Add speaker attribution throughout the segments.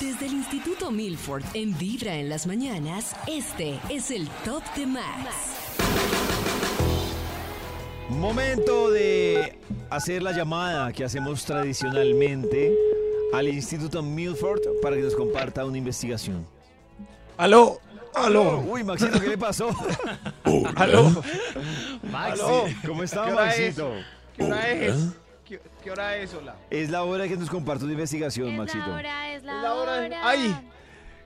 Speaker 1: Desde el Instituto Milford, en Vibra en las mañanas, este es el Top de Max.
Speaker 2: Momento de hacer la llamada que hacemos tradicionalmente al Instituto Milford para que nos comparta una investigación.
Speaker 3: Aló, aló,
Speaker 2: Uy, Maxito, ¿qué le pasó?
Speaker 3: aló.
Speaker 2: Aló, ¿Cómo está,
Speaker 4: ¿Qué hora es?
Speaker 2: Maxito?
Speaker 4: ¿Qué hora
Speaker 3: ¿Eh?
Speaker 4: es? ¿Qué, qué hora es, hola?
Speaker 2: Es la hora que nos comparte una investigación,
Speaker 5: Es
Speaker 2: Maxito.
Speaker 5: la hora, es la,
Speaker 4: Es la hora de-
Speaker 5: hora.
Speaker 4: ¡Ay!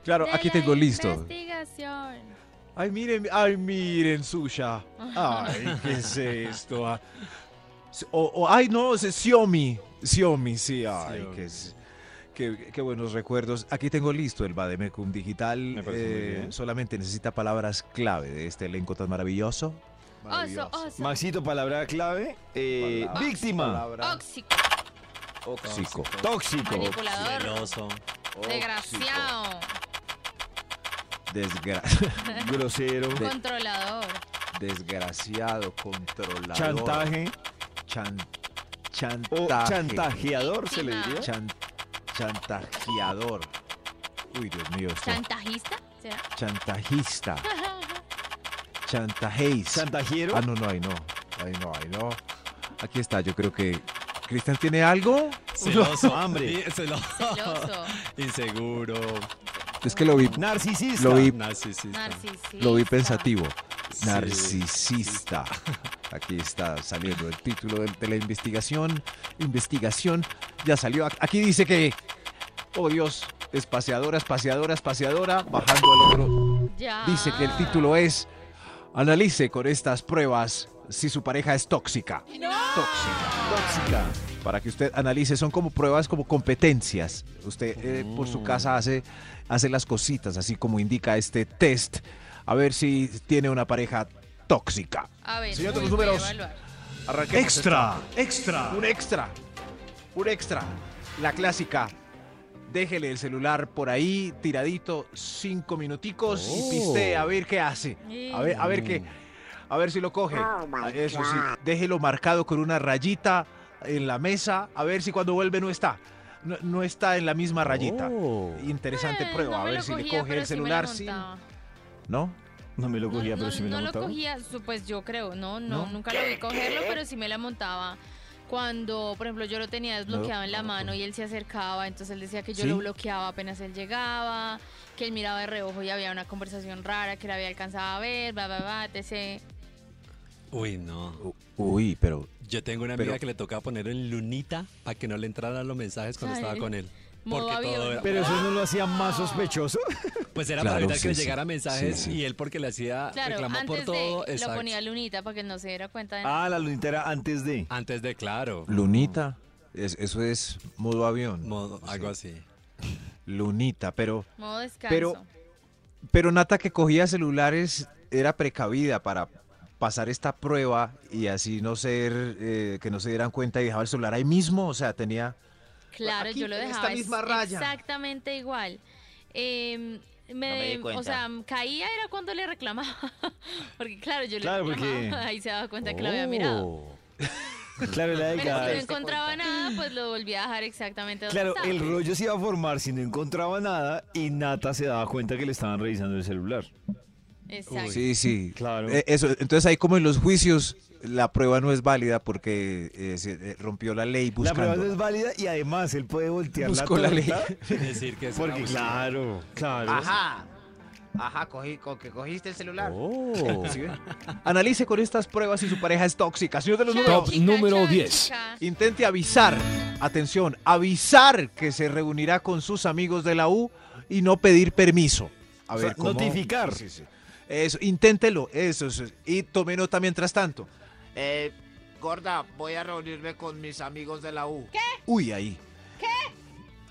Speaker 3: Claro,
Speaker 5: de
Speaker 3: aquí
Speaker 5: la
Speaker 3: tengo listo.
Speaker 5: Investigación.
Speaker 3: Ay, miren, ay, miren, Susha. Ay, ¿qué es esto? Ah, O, o- ay, no, es Xiaomi. Xiaomi, sí, ay,
Speaker 2: Xiaomi.
Speaker 3: qué, es- qué- qué buenos recuerdos. Aquí tengo listo el Bademecum Digital.
Speaker 2: Me parece muy
Speaker 3: eh,
Speaker 2: bien.
Speaker 3: solamente necesita palabras clave de este elenco tan maravilloso.
Speaker 5: Oso, oso.
Speaker 2: Maxito, palabra clave, eh,
Speaker 4: Palabra.
Speaker 2: víctima,
Speaker 4: Palabra.
Speaker 5: Óxico,
Speaker 3: Tóxico.
Speaker 2: tóxico,
Speaker 5: manipulador, desgraciado,
Speaker 3: Desgra-
Speaker 2: grosero,
Speaker 5: controlador,
Speaker 3: desgraciado, controlador.
Speaker 2: chantaje
Speaker 3: Chan-
Speaker 2: o
Speaker 3: chantaje.
Speaker 2: chantajeador, se le diría.
Speaker 3: Chan- chantajeador. Uy, Dios mío, esto-
Speaker 5: chantajista, ¿será?
Speaker 3: chantajista. Chantajeis.
Speaker 2: Chantajero.
Speaker 3: Ah, no, no, ahí no. Ahí no, ahí no. Aquí está, yo creo que. ¿Cristian tiene algo?
Speaker 2: Celoso. Hambre.
Speaker 6: Y- celoso,
Speaker 5: celoso,
Speaker 6: inseguro,
Speaker 3: Es que lo vi.
Speaker 2: Narcisista.
Speaker 3: Lo vi,
Speaker 6: narcisista.
Speaker 5: narcisista.
Speaker 3: lo vi pensativo.
Speaker 6: Sí.
Speaker 3: Narcisista. Aquí está saliendo el título de, de la investigación. Investigación. Ya salió. Ac- Aquí dice que. Oh Dios. Espaciadora, espaciadora, espaciadora. Bajando al otro.
Speaker 5: Ya.
Speaker 3: Dice que el título es Analice con estas pruebas si su pareja es tóxica. Tóxica.
Speaker 2: Tóxica.
Speaker 3: Para que usted analice, son como pruebas, como competencias. Usted eh, por su casa hace, hace las cositas, así como indica este test. A ver si tiene una pareja tóxica.
Speaker 5: A ver,
Speaker 3: Señor de
Speaker 5: uy,
Speaker 3: los números.
Speaker 5: voy a evaluar.
Speaker 3: Extra, extra. Un extra. Un extra. La clásica. Déjele el celular por ahí, tiradito, cinco minuticos y piste a ver qué hace. A ver, a ver qué. A ver si lo coge. Ah, Eso sí, déjelo marcado con una rayita en la mesa, a ver si cuando vuelve no está. No, no está en la misma rayita.
Speaker 6: Oh.
Speaker 3: Interesante
Speaker 5: Eh,
Speaker 3: prueba,
Speaker 5: no
Speaker 3: a
Speaker 5: me
Speaker 3: ver
Speaker 5: lo
Speaker 3: si le
Speaker 5: cogía,
Speaker 3: coge
Speaker 5: pero
Speaker 3: el
Speaker 5: sí me lo
Speaker 3: celular. sin-
Speaker 5: montaba.
Speaker 3: ¿No?
Speaker 2: No me lo
Speaker 5: No,
Speaker 2: cogía,
Speaker 5: no,
Speaker 2: pero sí me lo
Speaker 5: no
Speaker 2: montaba.
Speaker 5: cogía, su- pues yo creo, no,
Speaker 3: ¿No?
Speaker 5: no, nunca lo vi cogerlo, pero sí me la montaba. Cuando, por ejemplo, yo lo tenía desbloqueado en la mano y él se acercaba, entonces él decía que yo
Speaker 3: ¿Sí?
Speaker 5: lo bloqueaba apenas él llegaba, que él miraba de reojo y había una conversación rara que él había alcanzado a ver, bla, bla, bla, etc.
Speaker 6: Uy, no.
Speaker 3: U- Uy, pero
Speaker 6: Yo tengo una amiga que le tocaba poner en lunita para que no le entraran los mensajes cuando
Speaker 5: Ay.
Speaker 6: estaba con él.
Speaker 5: Modo
Speaker 6: Porque
Speaker 5: avión.
Speaker 6: todo era,
Speaker 2: Pero eso no lo hacía más
Speaker 5: Ah.
Speaker 2: sospechoso.
Speaker 6: pues era
Speaker 3: Claro,
Speaker 6: para evitar
Speaker 3: sí,
Speaker 6: que le
Speaker 3: sí.
Speaker 6: llegaran mensajes
Speaker 3: Sí, sí.
Speaker 6: y él porque le hacía
Speaker 5: Claro,
Speaker 6: reclamó
Speaker 5: antes
Speaker 6: por todo.
Speaker 5: de lo
Speaker 6: exacto.
Speaker 5: ponía lunita para que no se diera cuenta de nada.
Speaker 2: Ah, la lunitera antes de.
Speaker 6: Antes de, claro,
Speaker 3: Lunita, es- eso es modo avión.
Speaker 6: modo-
Speaker 3: Sí.
Speaker 6: algo así.
Speaker 3: Lunita, pero,
Speaker 5: Modo descanso.
Speaker 3: pero, pero Nata que cogía celulares era precavida para pasar esta prueba y así no ser, eh, que no se dieran cuenta y dejaba el celular ahí mismo, o sea, tenía...
Speaker 5: Claro,
Speaker 4: Aquí,
Speaker 5: yo lo
Speaker 4: en esta
Speaker 5: dejaba ex-
Speaker 4: misma raya.
Speaker 5: exactamente igual. Eh, me-
Speaker 7: No me di
Speaker 5: o
Speaker 7: cuenta.
Speaker 5: sea, caía era cuando le reclamaba. Porque claro, yo
Speaker 2: Claro,
Speaker 5: le
Speaker 2: porque-
Speaker 5: reclamaba. Ahí se daba cuenta que lo había mirado.
Speaker 3: Oh.
Speaker 2: Claro, era de
Speaker 5: Pero si no
Speaker 2: cada-
Speaker 5: encontraba nada, pues lo volvía a dejar exactamente donde
Speaker 2: Claro,
Speaker 5: estaba.
Speaker 2: el rollo se iba a formar si no encontraba nada y Nata se daba cuenta que le estaban revisando el celular.
Speaker 5: Exacto.
Speaker 3: Sí, sí.
Speaker 2: Claro.
Speaker 3: Eh, eso, entonces ahí como en los juicios la prueba no es válida porque eh, se eh, rompió la ley
Speaker 2: La
Speaker 3: buscando.
Speaker 2: prueba no es válida y además él puede voltear
Speaker 3: Buscó la ley.
Speaker 2: torta,
Speaker 6: Es decir, que es una
Speaker 2: Porque
Speaker 6: abusiva.
Speaker 2: claro, claro.
Speaker 7: Ajá. Oh. Ajá, cogí, co- que cogiste el celular.
Speaker 2: Oh.
Speaker 3: ¿Sí ve? Analice con estas pruebas si su pareja es tóxica. Señor de los
Speaker 5: Chao,
Speaker 3: números.
Speaker 5: chica, chao, chica.
Speaker 3: Intente avisar, atención, avisar que se reunirá con sus amigos de la U y no pedir permiso. A
Speaker 2: O sea,
Speaker 3: ver, ¿cómo?
Speaker 2: notificar.
Speaker 3: Sí, sí, sí. Eso, inténtelo, eso, eso. Y tome nota mientras tanto.
Speaker 7: Eh, gorda, voy a reunirme con mis amigos de la U.
Speaker 3: Uy, ahí.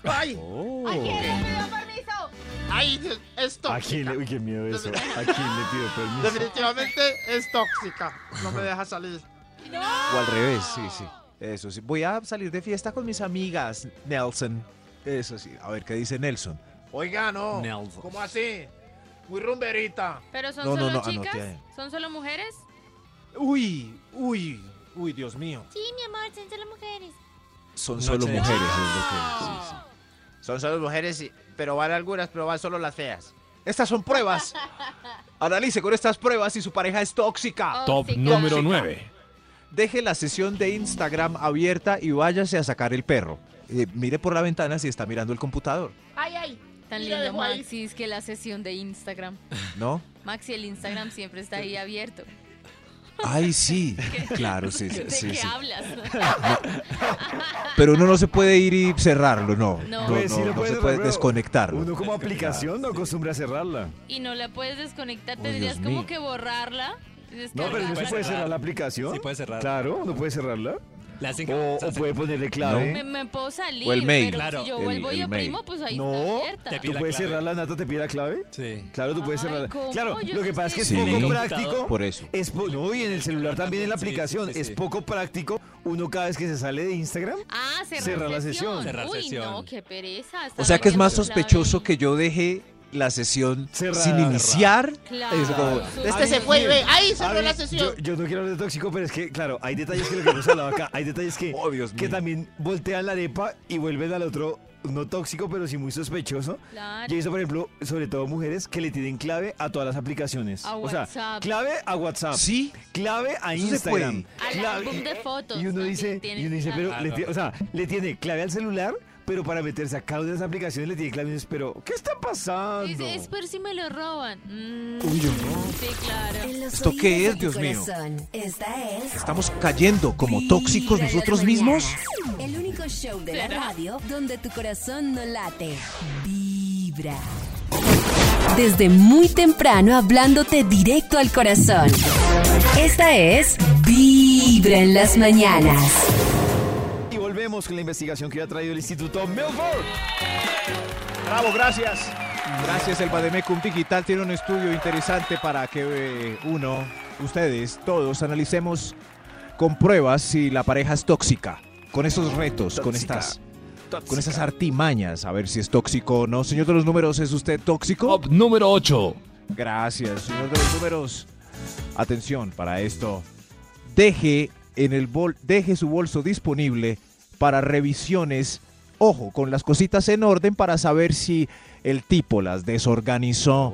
Speaker 7: ¡Ay! Oh.
Speaker 5: ¡Ay, que no me dio permiso!
Speaker 7: Ay, es
Speaker 2: Oh, ¿A quién
Speaker 7: tóxica.
Speaker 2: le, uy, qué miedo eso. ¿A quién le pido permiso?
Speaker 7: Definitivamente es tóxica. No me deja salir.
Speaker 3: O al revés, sí, sí. Eso sí. Voy a salir de fiesta con mis amigas, Nelson. Eso sí. A ver qué dice Nelson.
Speaker 4: Oiga, no.
Speaker 6: Nelson.
Speaker 4: ¿Cómo así? Muy rumberita.
Speaker 5: ¿Pero son
Speaker 3: No, no,
Speaker 5: solo
Speaker 3: no, anote
Speaker 5: chicas?
Speaker 3: ahí.
Speaker 5: ¿Son solo mujeres?
Speaker 3: Uy, uy, uy, Dios mío.
Speaker 5: Sí, mi amor, son solo mujeres.
Speaker 3: Son
Speaker 6: Noche
Speaker 3: solo
Speaker 6: de
Speaker 3: mujeres. es lo que- sí, sí.
Speaker 7: Son solo mujeres, y- pero van algunas, pero van solo las feas.
Speaker 3: Estas son pruebas. Analice con estas pruebas si su pareja es tóxica.
Speaker 8: Top
Speaker 5: Tóxica.
Speaker 8: número 9.
Speaker 3: Deje la sesión de Instagram abierta y váyase a sacar el perro. Eh, mire por la ventana si está mirando el computador,
Speaker 4: Ay, ay.
Speaker 5: Tan
Speaker 4: Mira,
Speaker 5: lindo,
Speaker 4: dejó ahí.
Speaker 5: Maxi, es que la sesión de Instagram.
Speaker 3: ¿no?
Speaker 5: Maxi, el Instagram siempre está ahí abierto.
Speaker 3: Ay, sí. Claro, sí, sí,
Speaker 5: ¿De
Speaker 3: sí,
Speaker 5: qué
Speaker 3: sí.
Speaker 5: hablas?
Speaker 3: Pero uno no se puede ir y cerrarlo, no.
Speaker 5: No.
Speaker 3: No,
Speaker 5: Pues
Speaker 3: no,
Speaker 2: sí,
Speaker 3: no se
Speaker 2: puedes
Speaker 3: puede
Speaker 2: cerrar, pero
Speaker 3: desconectarlo.
Speaker 2: Uno como aplicación no acostumbra a cerrarla.
Speaker 5: y no la puedes desconectar,
Speaker 3: Oh,
Speaker 5: tendrías
Speaker 3: Dios
Speaker 5: como
Speaker 3: mío.
Speaker 5: que borrarla.
Speaker 2: No, pero
Speaker 5: descargarla.
Speaker 2: usted puede cerrar la aplicación.
Speaker 6: Sí, puede cerrar.
Speaker 2: Claro, uno puede cerrarla.
Speaker 6: Le
Speaker 3: Oh,
Speaker 6: hacen
Speaker 2: O, o puede ponerle clave.
Speaker 5: me, me puedo salir,
Speaker 3: O el mail.
Speaker 5: pero
Speaker 6: Claro,
Speaker 5: si yo
Speaker 3: el-
Speaker 5: vuelvo y
Speaker 3: el mail.
Speaker 5: oprimo, pues ahí
Speaker 2: No,
Speaker 5: está
Speaker 6: te
Speaker 5: abierta.
Speaker 6: pide
Speaker 2: ¿Tú
Speaker 6: la
Speaker 2: puedes
Speaker 6: clave.
Speaker 2: cerrarla, Nata? ¿Te pide la clave?
Speaker 6: Sí.
Speaker 2: Claro, tú puedes
Speaker 5: Ay,
Speaker 2: cerrarla.
Speaker 5: ¿cómo?
Speaker 2: Claro,
Speaker 5: Yo
Speaker 2: lo que
Speaker 5: no
Speaker 2: pasa es que es
Speaker 3: sé. Sí.
Speaker 2: poco
Speaker 6: En el
Speaker 2: práctico.
Speaker 6: computador.
Speaker 3: Por eso.
Speaker 2: Es po- no, y en el celular también en la
Speaker 6: Sí,
Speaker 2: aplicación.
Speaker 6: sí, sí.
Speaker 2: Es poco práctico uno cada vez que se sale de Instagram.
Speaker 5: Ah, cerrar,
Speaker 2: Cerrar la sesión.
Speaker 6: Cerrar
Speaker 5: Uy,
Speaker 6: sesión.
Speaker 5: no, qué pereza.
Speaker 3: O sea que es más
Speaker 5: Clave.
Speaker 3: sospechoso que yo deje la sesión
Speaker 2: Cerrada.
Speaker 3: sin iniciar.
Speaker 5: Claro.
Speaker 3: Es como-
Speaker 7: Este se fue y ve. Ahí
Speaker 2: A
Speaker 7: cerró
Speaker 2: ver,
Speaker 7: la
Speaker 2: yo,
Speaker 7: sesión.
Speaker 2: yo no quiero hablar de tóxico, pero es que, claro, hay detalles que lo que hemos hablado acá, hay detalles que,
Speaker 3: Oh, Dios
Speaker 2: que
Speaker 3: mío.
Speaker 2: también voltean la arepa y vuelven al otro, no tóxico, pero sí muy sospechoso.
Speaker 5: Claro.
Speaker 2: Yo he visto, por ejemplo, sobre todo mujeres que le tienen clave a todas las aplicaciones.
Speaker 5: A
Speaker 2: o sea,
Speaker 5: WhatsApp.
Speaker 2: clave a WhatsApp,
Speaker 3: Sí.
Speaker 2: clave a
Speaker 3: Eso se
Speaker 2: Instagram.
Speaker 5: Al
Speaker 2: clave-
Speaker 5: álbum de fotos.
Speaker 2: y uno
Speaker 5: también
Speaker 2: dice,
Speaker 5: tiene
Speaker 2: y uno dice,
Speaker 5: clave.
Speaker 2: pero, le tie- o sea, le tiene clave al celular, pero para meterse a cada una de las aplicaciones le tiene clave y uno dice, pero, ¿qué está pasando?
Speaker 5: Dice, es pues por si me lo roban. Mm,
Speaker 3: Uy, no.
Speaker 5: Sí, claro.
Speaker 1: En los
Speaker 3: ¿Esto qué
Speaker 1: oídos
Speaker 3: es,
Speaker 1: de tu
Speaker 3: Dios mío?
Speaker 1: corazón, Esta es.
Speaker 3: Estamos cayendo como tóxicos
Speaker 1: Vibra en las
Speaker 3: nosotros mismos.
Speaker 1: mañanas, El único show de la
Speaker 5: ¿Será?
Speaker 1: radio donde tu corazón no late. Vibra. Desde muy temprano hablándote directo al corazón. Esta es Vibra en las mañanas.
Speaker 2: Y volvemos con la investigación que ha traído el Instituto Milford.
Speaker 3: Bravo, gracias. Gracias, el Bademecum Digital tiene un estudio interesante para que eh, uno, ustedes, todos analicemos con pruebas si la pareja es tóxica. Con esos retos, con
Speaker 2: Tóxica.
Speaker 3: estas, con esas artimañas, a ver si es tóxico o no. Señor de los números, ¿es usted tóxico?
Speaker 8: Top número 8.
Speaker 3: Gracias, señor de los números. Atención para esto. Deje en el bol, deje su bolso disponible para revisiones. Ojo, con las cositas en orden para saber si el tipo las desorganizó.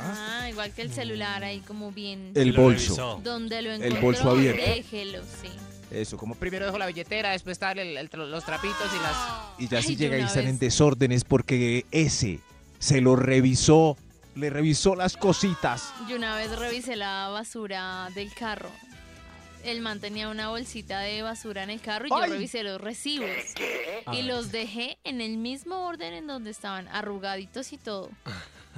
Speaker 5: Ah, igual que el celular ahí como bien.
Speaker 3: El
Speaker 6: Lo
Speaker 3: bolso.
Speaker 6: revisó.
Speaker 5: donde lo encontró,
Speaker 3: el bolso abierto.
Speaker 5: déjelo, sí.
Speaker 3: Eso, como pri-
Speaker 7: Primero dejo la billetera, después tal el- el- los trapitos y las...
Speaker 3: y ya
Speaker 5: Ay,
Speaker 3: si
Speaker 5: yo
Speaker 3: llega y
Speaker 5: una
Speaker 3: están en
Speaker 5: vez.
Speaker 3: desórdenes porque ese se lo revisó, le revisó las cositas.
Speaker 5: Yo una vez revisé la basura del carro. El man tenía una bolsita de basura en el carro y yo revisé los recibos. Y los dejé en el mismo orden en donde estaban, arrugaditos y todo.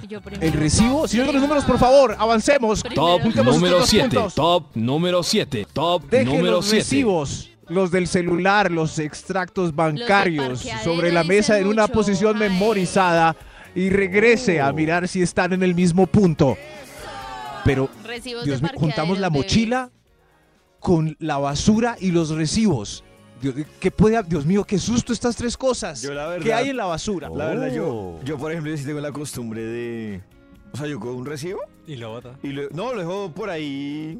Speaker 5: Y yo primero-
Speaker 3: El recibo, señor de los números, por favor, avancemos.
Speaker 8: Top
Speaker 3: Juntemos
Speaker 8: número
Speaker 3: estos dos
Speaker 8: 7.
Speaker 3: puntos.
Speaker 8: Top número 7. Top
Speaker 3: Deje
Speaker 8: número
Speaker 3: los
Speaker 8: 7.
Speaker 3: recibos, los del celular, los extractos bancarios
Speaker 5: parqueadero
Speaker 3: sobre la
Speaker 5: dicen
Speaker 3: mesa en una
Speaker 5: mucho.
Speaker 3: posición
Speaker 5: Ay.
Speaker 3: memorizada y regrese
Speaker 8: Oh.
Speaker 3: a mirar si están en el mismo punto. Pero,
Speaker 5: Recibos
Speaker 3: Dios
Speaker 5: de
Speaker 3: mío, juntamos la
Speaker 5: parqueaderos, bebé.
Speaker 3: mochila con la basura y los recibos. Dios, ¿qué puede, Dios mío, qué susto estas tres cosas.
Speaker 2: Yo, la verdad-
Speaker 3: ¿Qué hay en la basura?
Speaker 2: La verdad,
Speaker 3: Oh.
Speaker 2: yo, yo por ejemplo, yo sí tengo la costumbre de. O sea, yo cojo un recibo
Speaker 6: Y lo bota.
Speaker 2: y lo- no, lo dejo por ahí.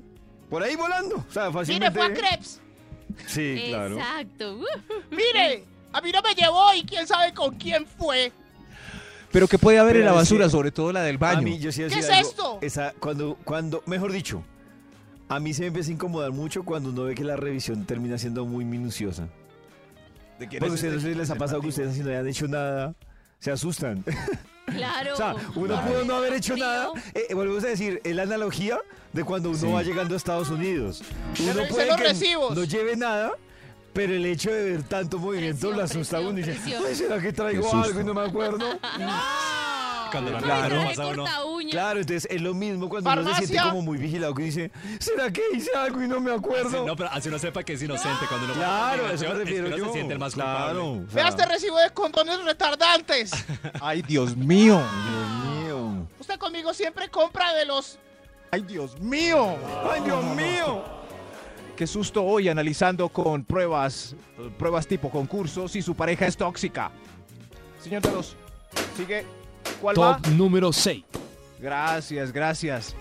Speaker 2: Por ahí volando. O sea,
Speaker 7: Mire,
Speaker 2: fácilmente.
Speaker 7: fue a Krebs.
Speaker 2: Sí, claro.
Speaker 5: Exacto. uh.
Speaker 7: Mire, a mí no me llevó y quién sabe con quién fue.
Speaker 3: Pero ¿qué puede haber
Speaker 2: Pero
Speaker 3: en la
Speaker 2: es que-
Speaker 3: basura, sobre todo la del baño?
Speaker 2: A mí, yo sí voy a
Speaker 7: ¿Qué
Speaker 2: decir
Speaker 7: es
Speaker 2: algo.
Speaker 7: esto?
Speaker 2: Esa- cuando, cuando, mejor dicho, a mí se me empieza a incomodar mucho cuando uno ve que la revisión termina siendo muy minuciosa. Porque ustedes no sé si les ha pasado que ustedes así no hayan hecho nada. Se asustan.
Speaker 5: Claro.
Speaker 2: O sea, uno
Speaker 5: Claro.
Speaker 2: pudo no haber hecho
Speaker 5: Frío.
Speaker 2: nada. Eh, eh, volvemos a decir, es la analogía de cuando uno va llegando a Estados Unidos. Uno
Speaker 7: revisé los recibos.
Speaker 2: no lleve nada, pero el hecho de ver tanto movimiento
Speaker 5: Presión,
Speaker 2: lo asusta a uno y dice,
Speaker 5: presión, presión.
Speaker 2: "Ay, ¿será que traigo
Speaker 3: Qué susto.
Speaker 2: algo y no me acuerdo?
Speaker 6: Cuando la
Speaker 5: Ay,
Speaker 6: claro.
Speaker 5: traje
Speaker 6: pasa uno.
Speaker 5: corta uña.
Speaker 2: Claro, entonces es lo mismo cuando uno se siente
Speaker 4: ¿Farmacia?
Speaker 2: como muy vigilado que dice, ¿será que hice algo y no me acuerdo?
Speaker 6: No, pero así uno sepa que es inocente. Cuando uno
Speaker 2: claro, a eso me
Speaker 6: es que
Speaker 2: refiero
Speaker 6: uno
Speaker 2: yo.
Speaker 6: se siente el más culpable.
Speaker 2: claro, o sea,
Speaker 4: Vea este recibo de condones retardantes.
Speaker 3: Ay, Dios mío.
Speaker 2: Dios mío.
Speaker 4: Usted conmigo siempre compra de los.
Speaker 3: Ay, Dios mío.
Speaker 2: ¡Ay, Dios mío!
Speaker 3: Qué susto hoy analizando con pruebas, eh, pruebas tipo concurso, si su pareja es tóxica. Señor Taros, sigue. ¿Cuál va?
Speaker 8: Top número 6.
Speaker 3: Gracias, gracias.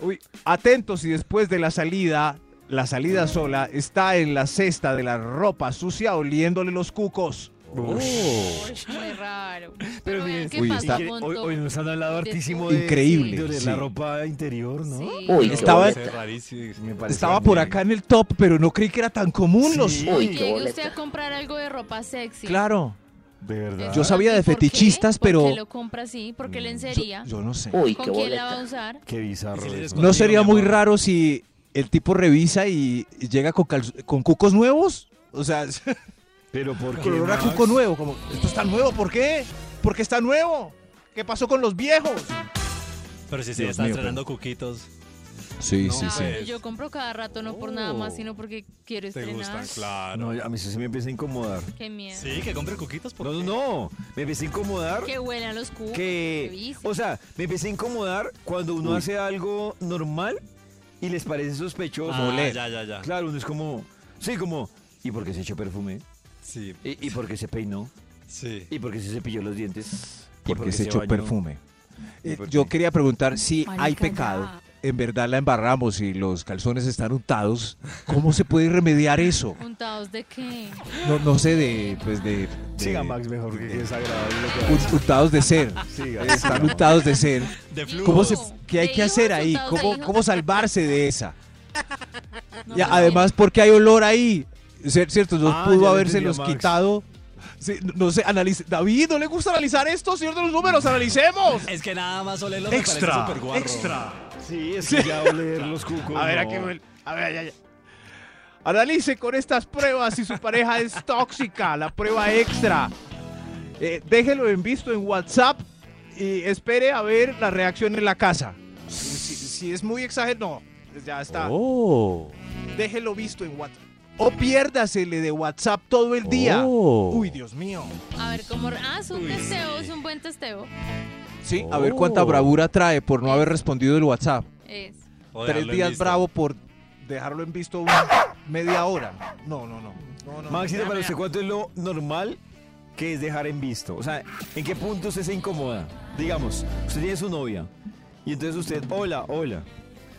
Speaker 3: Uy, atentos y después de la salida, la salida sola está en la cesta de la ropa sucia oliéndole los cucos.
Speaker 5: Muy raro. Pero,
Speaker 2: miren,
Speaker 5: vean qué
Speaker 3: uy,
Speaker 5: pasa
Speaker 3: está-
Speaker 2: Quiere-
Speaker 5: con
Speaker 2: Hoy,
Speaker 5: todo- este
Speaker 2: hoy nos han hablado
Speaker 5: de
Speaker 2: hartísimo
Speaker 5: todo.
Speaker 2: de,
Speaker 3: Increíble,
Speaker 2: de oler
Speaker 3: sí.
Speaker 2: la ropa interior, ¿no?
Speaker 5: Sí.
Speaker 9: Uy,
Speaker 3: Estaba-
Speaker 6: Es rarísimo.
Speaker 2: Me parece
Speaker 3: Estaba por acá en el top, pero no creí que era tan común
Speaker 2: Sí,
Speaker 3: los.
Speaker 5: Que
Speaker 9: Uy, qué
Speaker 5: llegue usted
Speaker 9: boleta.
Speaker 5: a comprar algo de ropa sexy.
Speaker 3: Claro.
Speaker 2: De verdad.
Speaker 3: Yo sabía de
Speaker 5: ¿Y por qué?
Speaker 3: fetichistas, pero-
Speaker 5: ¿Por qué lo compra así? ¿Por
Speaker 2: Mm.
Speaker 5: qué lencería?
Speaker 3: Yo no sé.
Speaker 9: Uy, qué
Speaker 5: ¿Con quién la va a
Speaker 9: boleta.
Speaker 5: usar?
Speaker 2: Qué bizarro.
Speaker 6: Sí, sí,
Speaker 2: eso.
Speaker 6: sí,
Speaker 3: ¿No
Speaker 6: Contigo,
Speaker 3: sería
Speaker 6: mi
Speaker 3: muy
Speaker 6: amor.
Speaker 3: raro si el tipo revisa y llega con, calz- con cucos nuevos? O sea,
Speaker 2: Pero por qué.
Speaker 3: con olor a
Speaker 2: Max?
Speaker 3: cuco nuevo. Como, ¿Esto está nuevo? ¿Por qué? ¿Por qué está nuevo? ¿Qué pasó con los viejos?
Speaker 6: Pero si se
Speaker 3: Dios
Speaker 6: está
Speaker 3: mío,
Speaker 6: estrenando cuquitos.
Speaker 3: Sí,
Speaker 6: sí,
Speaker 5: Ah,
Speaker 6: sí.
Speaker 5: bueno, Yo compro cada rato, no por nada más,
Speaker 6: Oh.
Speaker 5: sino porque quiero
Speaker 6: Te
Speaker 5: estrenar.
Speaker 6: gustan, claro.
Speaker 2: No, a mí eso sí me empieza a incomodar.
Speaker 5: Qué miedo.
Speaker 6: Sí, que compre cuquitos
Speaker 2: No,
Speaker 6: por
Speaker 2: no, no. Me empecé a incomodar
Speaker 5: Que huelan los cubos. qué
Speaker 2: que.
Speaker 5: vicio.
Speaker 2: O sea, me empecé a incomodar cuando uno hace algo normal y les parece sospechoso.
Speaker 6: Ah,
Speaker 2: Oler.
Speaker 6: ya, ya, ya.
Speaker 2: Claro, uno es como. Sí, como. ¿Y por qué se echó perfume?
Speaker 6: Sí,
Speaker 2: ¿Y, y por qué se peinó?
Speaker 6: sí.
Speaker 2: ¿Y por qué se cepilló los dientes? ¿Y
Speaker 3: porque
Speaker 2: por qué
Speaker 3: se echó
Speaker 2: bañó?
Speaker 3: perfume.
Speaker 2: ¿Y
Speaker 3: Eh,
Speaker 2: por
Speaker 3: yo
Speaker 2: qué?
Speaker 3: quería preguntar si
Speaker 1: Marica,
Speaker 3: hay
Speaker 1: ya.
Speaker 3: pecado. En verdad la embarramos y los calzones están untados. ¿Cómo se puede remediar eso?
Speaker 5: ¿Untados de qué?
Speaker 3: No, no sé de, pues de, de-
Speaker 2: Siga, Max, mejor que es agradable lo que
Speaker 3: un- untados de ser.
Speaker 2: hace. Siga.
Speaker 3: Están
Speaker 2: siga.
Speaker 3: untados de ser.
Speaker 6: De
Speaker 5: ¿Cómo
Speaker 3: ¿Cómo se,
Speaker 5: Hijos.
Speaker 3: ¿Qué hay
Speaker 5: De
Speaker 3: que hacer
Speaker 5: hijos,
Speaker 3: ahí?
Speaker 5: untados de
Speaker 3: ¿Cómo,
Speaker 5: hijos.
Speaker 3: cómo salvarse de esa?
Speaker 5: No, pues,
Speaker 3: Y
Speaker 5: no,
Speaker 3: además, porque hay olor ahí. Cier- ¿Cierto? No
Speaker 2: Ah, ya
Speaker 3: pudo
Speaker 2: lo
Speaker 3: haberse
Speaker 2: entendí a
Speaker 3: los
Speaker 2: Max.
Speaker 3: quitado. Sí, no- no sé, analice. David, ¿no le gusta analizar esto, señor de los números? ¡Analicemos!
Speaker 6: Es que nada más olerlo me parece súper guarro.
Speaker 2: Sí, es que ya oler los cucos.
Speaker 4: A ver,
Speaker 2: no.
Speaker 4: aquí. me- A ver, ya, ya.
Speaker 3: Analice con estas pruebas si su pareja es tóxica, la prueba extra. Eh, déjelo en visto en WhatsApp y espere a ver la reacción en la casa. Si, si es muy exagerado, no, pues ya está. Déjelo visto en WhatsApp. O piérdasele de WhatsApp todo el día. Uy, Dios mío.
Speaker 5: A ver, ¿cómo? Ah, es un testeo, es un buen testeo.
Speaker 3: Sí, a ver cuánta bravura trae por no haber respondido el WhatsApp.
Speaker 5: Es.
Speaker 6: O
Speaker 3: Tres
Speaker 6: dejarlo en
Speaker 3: días
Speaker 6: visto.
Speaker 3: bravo por dejarlo en visto un- media hora. No, no, no. no, no.
Speaker 2: Maxito, para usted, ¿cuánto es lo normal que es dejar en visto? O sea, ¿en qué punto usted se incomoda? Digamos, usted tiene su novia y entonces usted, hola, hola,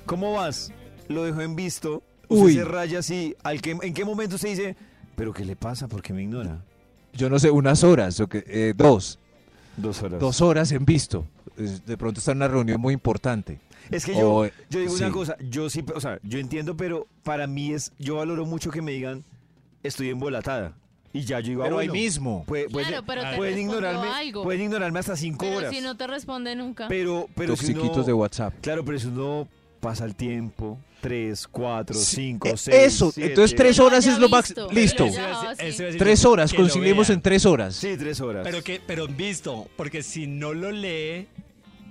Speaker 2: ¿cómo vas? Lo dejó en visto, usted
Speaker 3: Uy.
Speaker 2: se raya así. ¿al que, ¿En qué momento se dice, pero qué le pasa? ¿Por qué me ignora?
Speaker 3: Yo no sé, unas horas, o que, eh, dos.
Speaker 2: Dos horas.
Speaker 3: dos horas en visto. Es- De pronto está en una reunión muy importante.
Speaker 2: Es que yo,
Speaker 3: O, eh,
Speaker 2: yo digo
Speaker 3: sí.
Speaker 2: una cosa, yo sí, o sea, yo entiendo, pero para mí es, yo valoro mucho que me digan, estoy embolatada. Y ya yo digo, ah,
Speaker 3: Pero ahí
Speaker 2: bueno,
Speaker 3: mismo.
Speaker 2: puede- pueden-
Speaker 5: Claro, pero te
Speaker 2: pueden
Speaker 5: respondo
Speaker 2: ignorarme,
Speaker 5: algo.
Speaker 2: pueden ignorarme hasta cinco
Speaker 5: Pero
Speaker 2: horas.
Speaker 5: si no te responde nunca.
Speaker 2: Pero, pero si
Speaker 3: Toxiquitos
Speaker 2: uno-
Speaker 3: de WhatsApp.
Speaker 2: Claro, pero si uno pasa el tiempo, tres, cuatro,
Speaker 3: Sí,
Speaker 2: cinco,
Speaker 3: eh,
Speaker 2: seis,
Speaker 3: eso,
Speaker 2: siete.
Speaker 3: entonces tres
Speaker 5: Que lo
Speaker 3: horas
Speaker 5: haya
Speaker 3: es lo max-
Speaker 5: visto,
Speaker 3: listo.
Speaker 5: que lo haya dejado así.
Speaker 6: Eso iba a decir
Speaker 3: Tres
Speaker 6: yo,
Speaker 3: horas,
Speaker 6: que lo
Speaker 3: conciliemos
Speaker 6: vea.
Speaker 3: en tres horas.
Speaker 2: Sí, tres horas.
Speaker 6: Pero que, pero en visto, porque si no lo lee,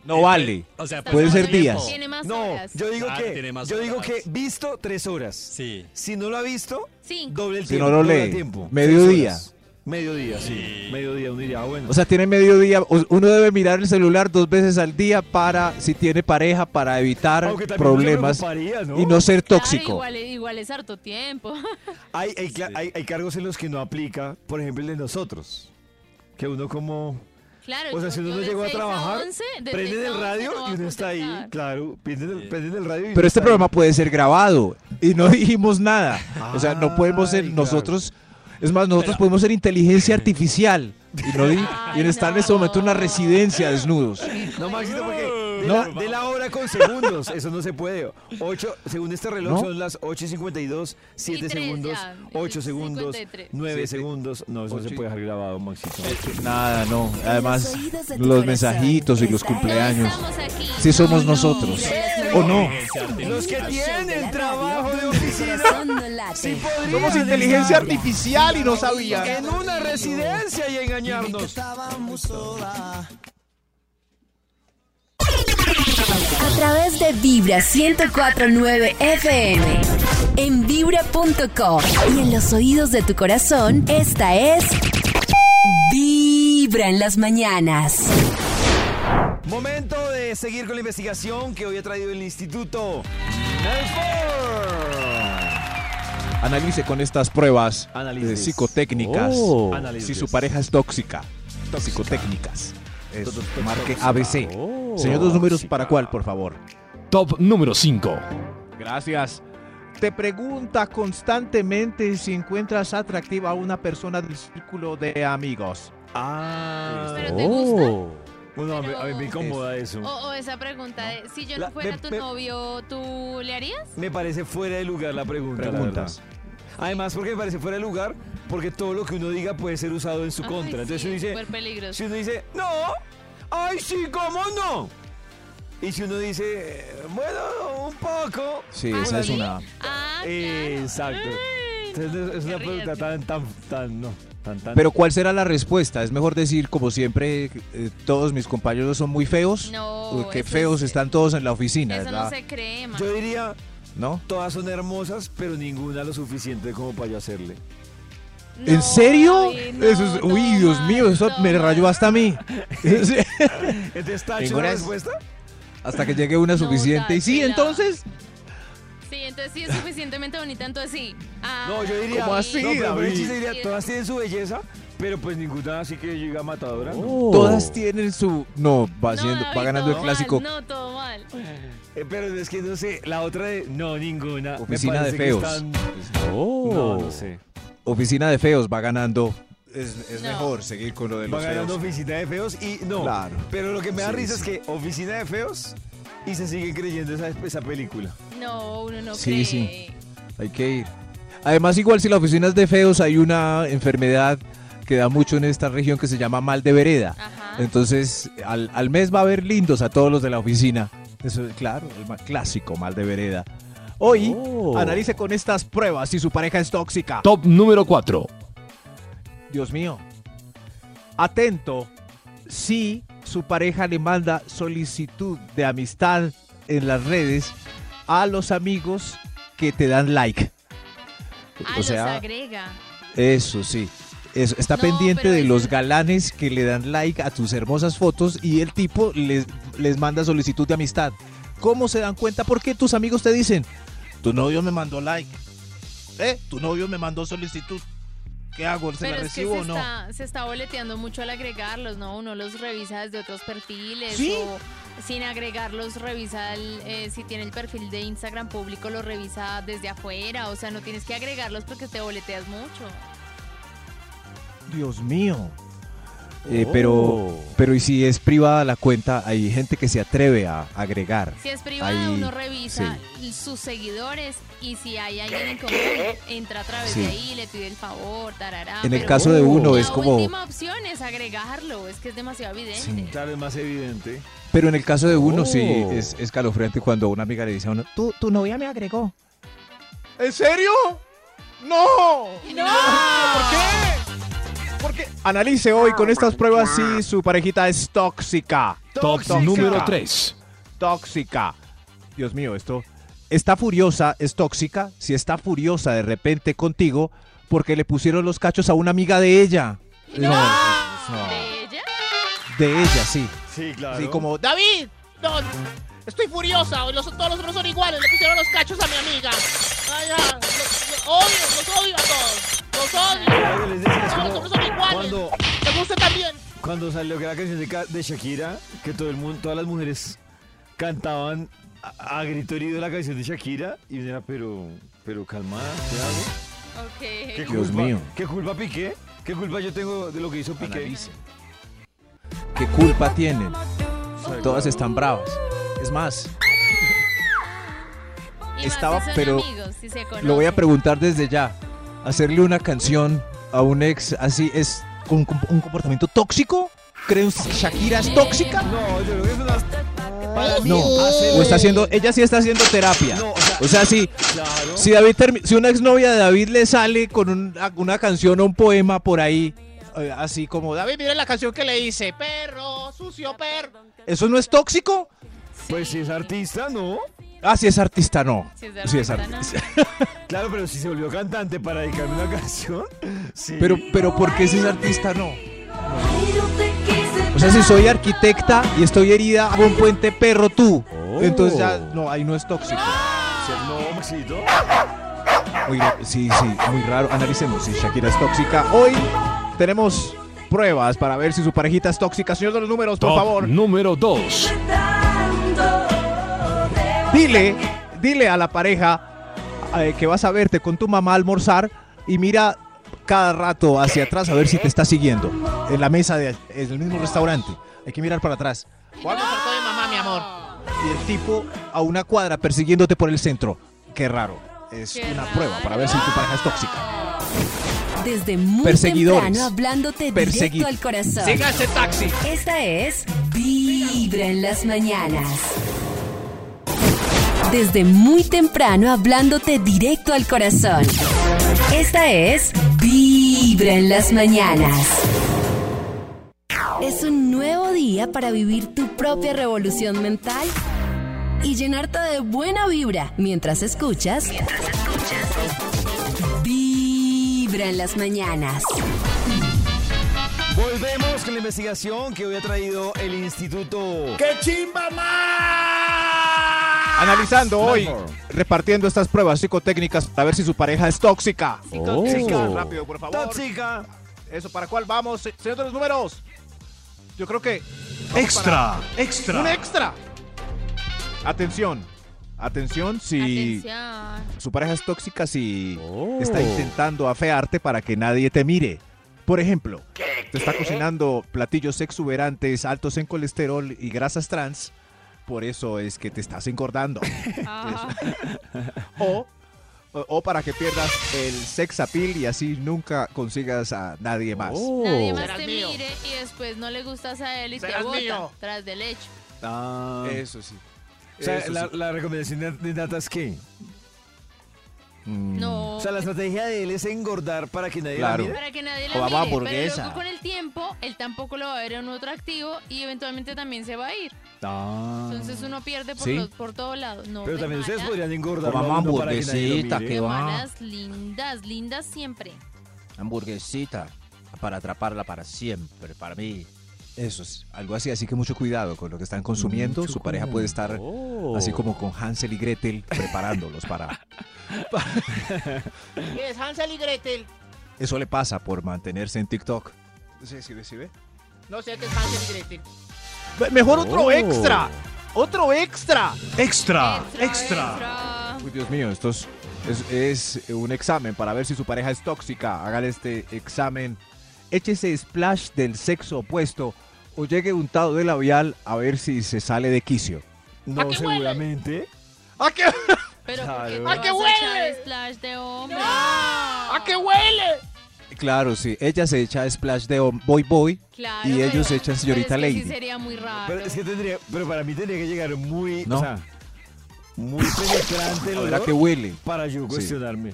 Speaker 3: No vale.
Speaker 6: o sea, pues,
Speaker 5: Está
Speaker 3: puede
Speaker 6: pasa
Speaker 3: ser
Speaker 6: tiempo.
Speaker 3: días.
Speaker 5: Tiene más
Speaker 2: no,
Speaker 5: horas.
Speaker 2: yo digo
Speaker 6: Claro,
Speaker 2: que
Speaker 6: tiene más
Speaker 2: yo digo
Speaker 6: horas.
Speaker 2: que visto tres horas.
Speaker 6: Sí.
Speaker 2: Si no lo ha visto,
Speaker 5: Cinco.
Speaker 2: doble el
Speaker 3: Si
Speaker 2: tiempo.
Speaker 3: no lo
Speaker 2: doble el
Speaker 3: lee,
Speaker 2: tiempo.
Speaker 3: mediodía.
Speaker 2: Seis horas. Mediodía, sí.
Speaker 6: Sí.
Speaker 2: Mediodía, uno diría, ah, bueno.
Speaker 3: O sea, tiene mediodía. o- Uno debe mirar el celular dos veces al día para, si tiene pareja, para evitar
Speaker 2: Aunque también uno se
Speaker 3: problemas
Speaker 2: preocuparía, ¿no?
Speaker 3: y no ser
Speaker 5: Claro,
Speaker 3: tóxico.
Speaker 5: igual, igual es harto tiempo.
Speaker 2: hay, hay, cla- hay- hay cargos en los que no aplica, por ejemplo, el de nosotros. Que uno como...
Speaker 5: Claro,
Speaker 2: O sea,
Speaker 5: yo-
Speaker 2: si uno
Speaker 5: yo
Speaker 2: no
Speaker 5: de
Speaker 2: llegó a
Speaker 5: seis
Speaker 2: trabajar,
Speaker 5: once, de
Speaker 2: prenden
Speaker 5: seis a
Speaker 2: el
Speaker 5: once
Speaker 2: radio
Speaker 5: no va
Speaker 2: y
Speaker 5: a
Speaker 2: uno está ahí.
Speaker 5: contestar.
Speaker 2: Claro, prenden el,
Speaker 6: Sí.
Speaker 2: prenden el radio y uno
Speaker 3: Pero este
Speaker 2: está ahí.
Speaker 3: programa puede ser grabado y no dijimos nada. O sea, no podemos ser
Speaker 2: Ay, claro.
Speaker 3: nosotros. Es más, nosotros
Speaker 6: Pero-
Speaker 3: podemos ser inteligencia artificial y no di- y
Speaker 5: Ay,
Speaker 3: estar en este
Speaker 5: no.
Speaker 3: momento en una residencia desnudos.
Speaker 2: No, Maxito, porque de,
Speaker 6: No.
Speaker 2: la, de la hora con segundos, eso no se puede. Ocho, según este reloj
Speaker 3: ¿No?
Speaker 2: son las 8 y 52, 7
Speaker 5: tres
Speaker 2: segundos,
Speaker 5: ya,
Speaker 2: 8 segundos,
Speaker 5: 53.
Speaker 2: 9
Speaker 3: Siete.
Speaker 2: segundos. No, eso no
Speaker 3: Ocho
Speaker 2: se
Speaker 3: y- Eh,
Speaker 2: puede dejar grabado, Maxito.
Speaker 3: Nada, Ah, no. Además,
Speaker 9: En los oídos de tu
Speaker 3: los
Speaker 9: corazón,
Speaker 3: mensajitos y los
Speaker 9: esta es-
Speaker 5: No
Speaker 3: cumpleaños.
Speaker 5: estamos aquí.
Speaker 3: Si somos
Speaker 5: No, no.
Speaker 3: nosotros. ¿O no?
Speaker 2: Los que tienen trabajo de
Speaker 9: El
Speaker 2: oficina
Speaker 9: corazón no late.
Speaker 2: sí
Speaker 3: eh,
Speaker 2: podrían
Speaker 3: Somos inteligencia
Speaker 2: ligarla.
Speaker 3: artificial y no sabía.
Speaker 2: En una residencia y engañarnos.
Speaker 1: de Vibra 104.9 FM en vibra.com y en los oídos de tu corazón esta es Vibra en las mañanas.
Speaker 2: Momento de seguir con la investigación que hoy ha traído el Instituto Melford.
Speaker 3: Analice con estas pruebas
Speaker 2: Análisis.
Speaker 3: eh, psicotécnicas
Speaker 2: Oh.
Speaker 3: si
Speaker 2: Análisis.
Speaker 3: su pareja es tóxica. Psicotécnicas. Eso,
Speaker 2: Tóxica.
Speaker 3: marque ABC. Señor,
Speaker 2: Oh,
Speaker 3: dos números para cuál, por favor.
Speaker 8: Top número 5.
Speaker 3: Gracias. Te pregunta constantemente si encuentras atractiva a una persona del círculo de amigos. Oh,
Speaker 2: Ah.
Speaker 5: ¿Pero te gusta?
Speaker 2: Bueno, a mí, a mí me incomoda eso.
Speaker 5: O, o esa pregunta de, si yo
Speaker 2: La-
Speaker 5: no fuera
Speaker 2: de-
Speaker 5: tu
Speaker 2: de-
Speaker 5: novio, ¿tú le harías?
Speaker 2: Me parece fuera de lugar la pregunta. la
Speaker 3: Preguntas.
Speaker 2: verdad. Además, porque me parece fuera de lugar, porque todo lo que uno diga puede ser usado en su
Speaker 5: Ay,
Speaker 2: contra. Entonces
Speaker 5: sí,
Speaker 2: uno
Speaker 5: es
Speaker 2: dice,
Speaker 5: súper peligroso.
Speaker 2: si uno dice, no, ay sí, ¿cómo no? Y si uno dice, bueno, un poco.
Speaker 3: Sí,
Speaker 5: Ah,
Speaker 3: esa es
Speaker 5: ¿sí?
Speaker 3: una.
Speaker 5: Ah, claro.
Speaker 2: Exacto.
Speaker 5: Ay,
Speaker 2: Entonces, es- es
Speaker 5: qué
Speaker 2: una pregunta
Speaker 5: ríete.
Speaker 2: tan, tan, tan, no, tan, tan.
Speaker 3: Pero ¿cuál será la respuesta? Es mejor decir, como siempre, eh, todos mis compañeros son muy feos.
Speaker 5: No,
Speaker 3: o que
Speaker 5: eso
Speaker 3: feos
Speaker 5: es-
Speaker 3: están todos en la oficina,
Speaker 5: Eso
Speaker 3: ¿verdad?
Speaker 5: no se cree, man.
Speaker 2: yo diría,
Speaker 3: ¿No?
Speaker 2: todas son hermosas, pero ninguna lo suficiente como para yo hacerle.
Speaker 5: No,
Speaker 3: ¿En serio?
Speaker 5: David, no,
Speaker 3: Eso es, uy,
Speaker 5: todo
Speaker 3: Dios
Speaker 5: mal,
Speaker 3: mío, eso
Speaker 5: todo
Speaker 3: me
Speaker 5: mal.
Speaker 3: rayó hasta a mí. Sí.
Speaker 2: Entonces, ¿tacho
Speaker 3: Ninguna
Speaker 2: la
Speaker 3: es-
Speaker 2: respuesta?
Speaker 3: hasta que llegue una
Speaker 5: No,
Speaker 3: suficiente. Y sí,
Speaker 5: Tachila.
Speaker 3: entonces.
Speaker 5: Sí, entonces sí es suficientemente bonita, entonces sí. Ah,
Speaker 2: No, yo diría.
Speaker 3: ¿Cómo así,
Speaker 2: No, pero por el
Speaker 3: David?
Speaker 2: chiste diría, todas tienen su belleza, pero pues ninguna así que llega matadora. ¿no?
Speaker 3: Oh. Todas tienen su. No, va,
Speaker 5: No,
Speaker 3: haciendo- va
Speaker 5: David,
Speaker 3: ganando el
Speaker 5: todo
Speaker 3: clásico.
Speaker 5: mal, no, todo mal.
Speaker 2: Eh, pero es que no sé, la otra de. No, ninguna. Me
Speaker 3: Oficina de
Speaker 2: parece que
Speaker 3: feos.
Speaker 2: están-
Speaker 3: Oh.
Speaker 2: No, no sé.
Speaker 3: Oficina de feos va ganando. Es, es
Speaker 5: No.
Speaker 3: mejor seguir con lo de
Speaker 2: Va
Speaker 3: los
Speaker 2: ganando
Speaker 3: feos.
Speaker 2: oficina de feos y no.
Speaker 3: Claro.
Speaker 2: Pero lo que me da
Speaker 3: Sí,
Speaker 2: risa
Speaker 3: sí.
Speaker 2: es que oficina de feos y se siguen creyendo esa, esa película.
Speaker 5: No, uno no
Speaker 3: Sí,
Speaker 5: cree.
Speaker 3: sí. Hay que ir. Además, igual si la oficina es de feos, hay una enfermedad que da mucho en esta región que se llama mal de vereda.
Speaker 5: Ajá.
Speaker 3: Entonces, al, al mes va a haber lindos a todos los de la oficina. Eso es claro, el ma- clásico mal de vereda. Hoy,
Speaker 2: Oh.
Speaker 3: analice con estas pruebas si su pareja es tóxica.
Speaker 8: Top número 4.
Speaker 3: Dios mío. Atento si su pareja le manda solicitud de amistad en las redes a los amigos que te dan like.
Speaker 5: Ah,
Speaker 3: o sea,
Speaker 5: los agrega.
Speaker 3: eso sí. Eso, está
Speaker 5: No,
Speaker 3: pendiente
Speaker 5: pero
Speaker 3: de
Speaker 5: eso-
Speaker 3: los galanes que le dan like a tus hermosas fotos y el tipo les, les manda solicitud de amistad. ¿Cómo se dan cuenta? Porque tus amigos te dicen, tu novio me mandó like. ¿Eh? Tu novio me mandó solicitud. ¿Qué hago? ¿Se
Speaker 5: Pero
Speaker 3: la
Speaker 5: es que
Speaker 3: recibo
Speaker 5: se,
Speaker 3: o no?
Speaker 5: está, se está boleteando mucho al agregarlos, ¿no? Uno los revisa desde otros perfiles
Speaker 3: Sí.
Speaker 5: o sin agregarlos revisa el, eh, si tiene el perfil de Instagram público, lo revisa desde afuera. O sea, no tienes que agregarlos porque te boleteas mucho.
Speaker 3: Dios mío. Eh, pero, pero ¿y si es privada la cuenta? Hay gente que se atreve a agregar.
Speaker 5: Si es privada,
Speaker 3: Ahí,
Speaker 5: uno revisa sus seguidores y si hay alguien en común, entra a través
Speaker 3: Sí.
Speaker 5: de ahí, le pide el favor, tarará.
Speaker 3: En el
Speaker 5: pero
Speaker 3: caso de uno
Speaker 5: la
Speaker 3: es como...
Speaker 5: última opción es agregarlo, es que es demasiado evidente.
Speaker 3: Sí.
Speaker 2: Claro, es más evidente.
Speaker 3: Pero en el caso de uno sí
Speaker 6: Oh.
Speaker 3: es escalofriante cuando una amiga le dice a uno, tú, tu novia me agregó.
Speaker 4: ¿En serio? ¡No!
Speaker 5: No.
Speaker 3: Analice hoy con estas pruebas si su parejita es tóxica.
Speaker 8: Top
Speaker 3: Tóxica.
Speaker 8: número 3.
Speaker 3: Tóxica. Dios mío, esto... Está furiosa, es tóxica. Si está furiosa de repente contigo porque le pusieron los cachos a una amiga de ella. No. no.
Speaker 5: ¿De ella?
Speaker 3: De ella, sí.
Speaker 2: Sí, claro.
Speaker 3: Sí, como...
Speaker 4: ¡David! No, estoy furiosa. hoy Los, todos los hombres son iguales. Le pusieron los cachos a mi amiga. Ay, ah, los, los odio, los odio a todos. Los odio.
Speaker 2: Algo les decía, es
Speaker 4: Todos los
Speaker 2: como
Speaker 4: hombres son iguales.
Speaker 2: cuando,
Speaker 4: ¿Te gusta también?
Speaker 2: cuando salió que la canción de Ka- de Shakira, que todo el mundo, todas las mujeres cantaban a, a grito herido la canción de Shakira y uno era, pero, pero calmada, ¿qué hago? ¿Qué
Speaker 5: Ok.
Speaker 3: Dios
Speaker 2: culpa-
Speaker 3: mío.
Speaker 2: ¿Qué culpa Piqué? ¿Qué culpa yo tengo de lo que hizo Piqué?
Speaker 3: ¿Qué culpa tienen? Todas están bravas. Es más,
Speaker 5: Y
Speaker 3: Estaba-
Speaker 5: más si son
Speaker 3: pero
Speaker 5: amigos, si se
Speaker 3: lo voy a
Speaker 5: conocen.
Speaker 3: preguntar desde ya. ¿Hacerle una canción a un ex así es con con- un comportamiento tóxico? ¿Creen que Shakira es tóxica?
Speaker 2: No, yo creo que es una... Para mí,
Speaker 3: No.
Speaker 2: hacerle-
Speaker 3: O está haciendo, ella sí está haciendo terapia.
Speaker 2: No, o
Speaker 3: O sea,
Speaker 2: sea,
Speaker 3: si,
Speaker 2: claro.
Speaker 3: si, David termi- si una exnovia de David le sale con un- una canción o un poema por ahí, eh, así como David,
Speaker 4: David, mire la canción que le hice. Perro, sucio perro.
Speaker 3: ¿eso no es tóxico?
Speaker 2: Pues si es artista, ¿no?
Speaker 3: Ah, si es artista, no.
Speaker 5: Si es de
Speaker 3: Si es
Speaker 5: artista, no.
Speaker 3: artista.
Speaker 2: Claro, pero si se volvió cantante para dedicarme una canción. Sí.
Speaker 3: Pero, pero ¿por qué si es artista, no? O sea, si soy arquitecta y estoy herida, hago un puente perro tú. Entonces ya, no, ahí no es tóxico.
Speaker 2: No, Maxito.
Speaker 3: Oye, sí, sí, muy raro. Analicemos si Shakira es tóxica. Hoy tenemos pruebas para ver si su parejita es tóxica. Señor de los números, por
Speaker 8: Top
Speaker 3: favor,
Speaker 8: número 2.
Speaker 3: dile, dile a la pareja eh, que vas a verte con tu mamá a almorzar y mira cada rato hacia atrás a ver si te está siguiendo. En la mesa de- en el mismo restaurante. Hay que mirar para atrás.
Speaker 4: Voy a almorzar con mi mamá, mi amor.
Speaker 3: Y el tipo a una cuadra persiguiéndote por el centro. Qué raro. Es
Speaker 5: Qué
Speaker 3: una
Speaker 5: raro.
Speaker 3: prueba para ver si tu pareja es tóxica.
Speaker 1: Desde muy
Speaker 3: Perseguidores.
Speaker 1: temprano hablándote
Speaker 3: Persegui-
Speaker 1: directo al corazón.
Speaker 7: Siga ese taxi.
Speaker 1: Esta es Vibra en las mañanas. Desde muy temprano hablándote directo al corazón. Esta es Vibra en las mañanas. Es un nuevo día para vivir tu propia revolución mental y llenarte de buena vibra mientras escuchas. Vibra en las mañanas.
Speaker 2: Volvemos con la investigación que hoy ha traído el Instituto.
Speaker 3: Analizando hoy,
Speaker 2: Blackmore.
Speaker 3: repartiendo estas pruebas psicotécnicas para ver si su pareja es tóxica.
Speaker 2: Tóxica,
Speaker 3: Chicas, rápido, por favor.
Speaker 2: Tóxica.
Speaker 3: ¿Eso para cuál vamos? Se- Señor de los números. Yo creo que
Speaker 9: Extra, extra.
Speaker 3: un extra. Atención. Atención si
Speaker 5: Atención.
Speaker 3: su pareja es tóxica, si
Speaker 9: Oh.
Speaker 3: está intentando afearte para que nadie te mire. Por ejemplo, te está cocinando platillos exuberantes, altos en colesterol y grasas trans. Por eso es que te estás engordando.
Speaker 5: Ajá.
Speaker 3: o, o- o para que pierdas el sex appeal y así nunca consigas a nadie más.
Speaker 9: Oh.
Speaker 5: Nadie más
Speaker 7: Serás
Speaker 5: te
Speaker 7: mío.
Speaker 5: mire y después no le gustas a él y te
Speaker 7: Serás
Speaker 5: bota
Speaker 7: mío.
Speaker 5: tras del hecho.
Speaker 2: Ah.
Speaker 3: Eso sí.
Speaker 2: o sea,
Speaker 3: eso
Speaker 2: la,
Speaker 3: sí.
Speaker 2: la recomendación de- de Nata es qué?
Speaker 3: Mm.
Speaker 5: No.
Speaker 2: O sea, la estrategia de él es engordar para que nadie la
Speaker 3: Claro.
Speaker 2: mire.
Speaker 5: Para que nadie
Speaker 3: O
Speaker 5: lo
Speaker 3: va a
Speaker 5: mire, pero
Speaker 3: hamburguesa.
Speaker 5: luego con el tiempo él tampoco lo va a ver en otro activo y eventualmente también se va a ir.
Speaker 2: Ah.
Speaker 5: Entonces uno pierde por,
Speaker 3: Sí.
Speaker 5: los- por todos lados. No,
Speaker 2: Pero
Speaker 5: de
Speaker 2: también ustedes
Speaker 5: malas,
Speaker 2: podrían engordar
Speaker 3: Como
Speaker 2: a uno para que nadie lo
Speaker 3: hamburguesita,
Speaker 2: mire.
Speaker 3: que-
Speaker 5: de
Speaker 3: va.
Speaker 5: malas lindas, lindas siempre.
Speaker 6: Hamburguesita. Para atraparla para siempre, para mí.
Speaker 3: Eso es algo así, así que mucho cuidado con lo que están consumiendo. Su pareja puede estar así como con Hansel y Gretel preparándolos para...
Speaker 4: ¿Qué es Hansel y Gretel?
Speaker 3: Eso le pasa por mantenerse en TikTok. Sí, sí, ve, sí, ve.
Speaker 4: No sé qué es Hansel y Gretel.
Speaker 3: Mejor otro extra. Otro extra. Ah,
Speaker 9: Extra, extra.
Speaker 5: Extra.
Speaker 3: Uy, Dios mío, esto es, es- es un examen para ver si su pareja es tóxica. Hagan este examen. Échese splash del sexo opuesto o llegue untado de labial a ver si se sale de quicio.
Speaker 2: No, seguramente.
Speaker 7: ¿A qué,
Speaker 5: Pero ¿por qué
Speaker 2: Claro.
Speaker 5: te
Speaker 4: ¡Ah, qué
Speaker 5: vas a echar
Speaker 4: huele!
Speaker 5: splash de hombre?
Speaker 7: ¿A qué huele?
Speaker 3: Claro, sí. Ella se echa splash de hom- boy boy.
Speaker 5: Claro,
Speaker 3: Y
Speaker 5: pero-
Speaker 3: ellos echan
Speaker 5: pero es
Speaker 3: señorita
Speaker 5: que
Speaker 3: Lady.
Speaker 5: Sí sería muy raro.
Speaker 2: Pero es que tendría, pero para mí tendría que llegar muy,
Speaker 3: No.
Speaker 2: o sea, muy penetrante el
Speaker 3: A ver a
Speaker 2: olor
Speaker 3: qué huele.
Speaker 2: para yo cuestionarme.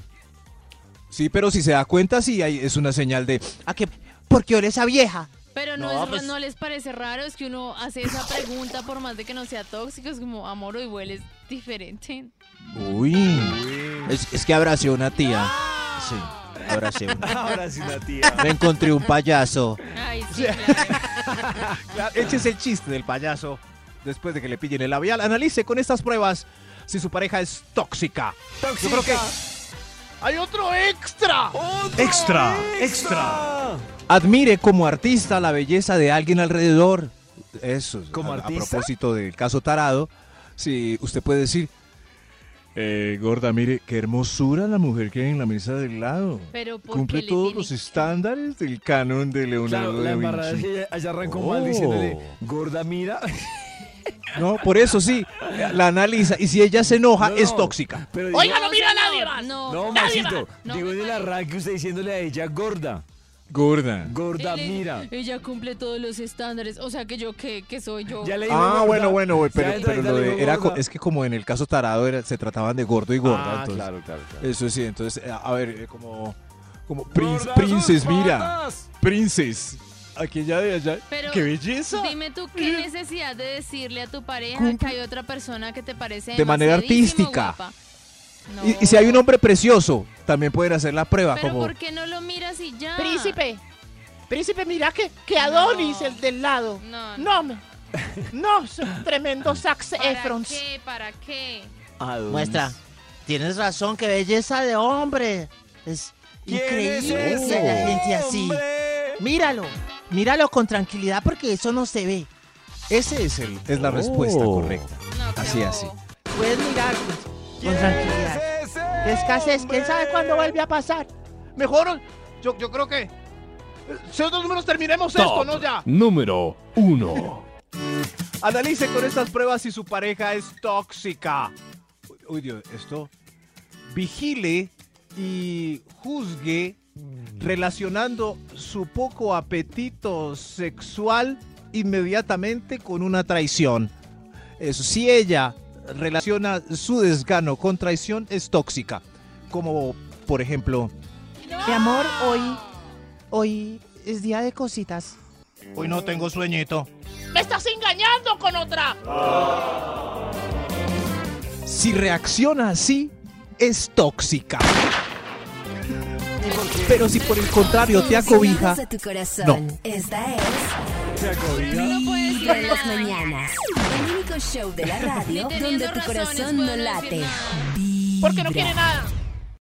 Speaker 3: Sí, pero si se da cuenta, sí, hay- es una señal de...
Speaker 4: ¿A qué? ¿Por qué eres esa vieja?
Speaker 5: Pero no,
Speaker 7: No,
Speaker 5: es ra-
Speaker 7: pues-
Speaker 5: no les parece raro, es que uno hace esa pregunta por más de que no sea tóxico, es como amor hoy hueles diferente.
Speaker 6: Uy. Es, es que abracé una tía. Sí, abracé una.
Speaker 2: Ahora sí, la tía.
Speaker 6: Me encontré un payaso.
Speaker 5: Ay, sí, claro.
Speaker 3: Claro, échese el chiste del payaso después de que le pillen el labial. Analice con estas pruebas si su pareja es tóxica. Yo creo que
Speaker 7: ¡Hay otro extra!
Speaker 5: Ah.
Speaker 9: Extra, extra.
Speaker 3: admire como artista la belleza de alguien alrededor. Eso,
Speaker 2: ¿Como
Speaker 3: a, a
Speaker 2: artista?
Speaker 3: propósito del caso tarado, si usted puede decir, eh, gorda, mire, qué hermosura la mujer que hay en la mesa del lado.
Speaker 5: Pero ¿por
Speaker 3: Cumple
Speaker 5: qué le
Speaker 3: todos
Speaker 5: tienen
Speaker 3: los
Speaker 5: que-
Speaker 3: estándares del canon de
Speaker 2: Claro,
Speaker 3: Leonardo
Speaker 2: la
Speaker 3: da
Speaker 2: embarrada es
Speaker 3: Vinci.
Speaker 2: que ella- ella arrancó
Speaker 6: Oh.
Speaker 2: mal diciéndole, gorda mira,
Speaker 3: No, por eso sí, la analiza. Y si ella se enoja,
Speaker 2: No,
Speaker 3: Ah, es
Speaker 2: no.
Speaker 3: tóxica.
Speaker 2: pero digo,
Speaker 4: Oiga, no
Speaker 5: No,
Speaker 4: mira a
Speaker 5: señor,
Speaker 4: nadie más.
Speaker 5: No,
Speaker 2: no,
Speaker 4: nadie
Speaker 2: Maxito,
Speaker 5: no
Speaker 2: digo
Speaker 5: me
Speaker 2: en el
Speaker 5: parece.
Speaker 2: arranque usted diciéndole a ella gorda,
Speaker 3: Gorda.
Speaker 2: gorda
Speaker 5: Él-
Speaker 2: mira.
Speaker 5: Ella cumple todos los estándares, o sea que yo qué, que soy yo.
Speaker 2: Ya le digo
Speaker 3: Ah,
Speaker 2: gorda.
Speaker 3: bueno, bueno, güey,
Speaker 2: Ya
Speaker 3: pero,
Speaker 2: entra y
Speaker 3: pero
Speaker 2: dale,
Speaker 3: lo de-
Speaker 2: digo,
Speaker 3: era, co-
Speaker 2: gorda.
Speaker 3: es que como en el caso tarado era- se trataban de gordo y gorda.
Speaker 2: Ah,
Speaker 3: entonces,
Speaker 2: claro, claro, claro.
Speaker 3: Eso sí, entonces, eh, a ver, eh, como, como prin-
Speaker 2: Gordas,
Speaker 3: princes, mira,
Speaker 2: gordas.
Speaker 3: princes,
Speaker 10: Aquí ya de allá.
Speaker 5: Pero
Speaker 10: ¡Qué belleza!
Speaker 5: Dime tú qué necesidad de decirle a tu pareja que hay otra persona que te parece
Speaker 6: De manera
Speaker 5: demasiadísimo
Speaker 6: artística.
Speaker 5: guapa.
Speaker 6: Y, y si hay un hombre precioso, también pueden hacer la prueba.
Speaker 5: Pero
Speaker 6: como
Speaker 5: ¿por qué no lo miras y ya?
Speaker 4: Príncipe. Príncipe, mira que, que Adonis, el del lado.
Speaker 5: No, no.
Speaker 4: No, me- no, son tremendos Sax
Speaker 5: ¿Para
Speaker 4: Efrons.
Speaker 5: qué? ¿Para qué?
Speaker 2: Adonis.
Speaker 11: Muestra. Tienes razón, qué belleza de hombre. Es
Speaker 2: ¿Quién
Speaker 11: increíble
Speaker 2: es
Speaker 11: que haya
Speaker 2: ese
Speaker 11: gente así. Míralo, míralo con tranquilidad porque eso no se ve.
Speaker 6: Ese es el es la respuesta
Speaker 2: Oh.
Speaker 6: correcta.
Speaker 5: No, qué
Speaker 6: Así,
Speaker 5: bobo.
Speaker 6: así.
Speaker 11: Puedes mirar pues, con tranquilidad.
Speaker 4: Qué escasez, quién sabe cuándo vuelve a pasar.
Speaker 3: Mejor, yo, yo creo que. eh, Señor dos números, terminemos esto,
Speaker 8: Top
Speaker 3: ¿no? Ya.
Speaker 8: número 1.
Speaker 3: Analice con estas pruebas si su pareja es tóxica. Uy, Dios, esto. Vigile y juzgue relacionando su poco apetito sexual inmediatamente con una traición. Eso, si ella relaciona su desgano con traición, es tóxica. Como, por ejemplo,
Speaker 11: Mi amor, hoy, hoy es día de cositas.
Speaker 3: hoy no tengo sueñito.
Speaker 4: ¡Me estás engañando con otra!
Speaker 6: Si reacciona así, es tóxica. Pero si por el contrario te acobija,
Speaker 1: Solucionados a tu corazón.
Speaker 6: No.
Speaker 1: Esta es
Speaker 5: ну,
Speaker 1: Vibra en las mañanas. El único show de la radio
Speaker 5: Ni teniendo
Speaker 1: donde tu
Speaker 5: razones
Speaker 1: corazón
Speaker 5: puedo
Speaker 1: no
Speaker 5: decir
Speaker 1: late.
Speaker 5: nada.
Speaker 4: Porque no quiere nada.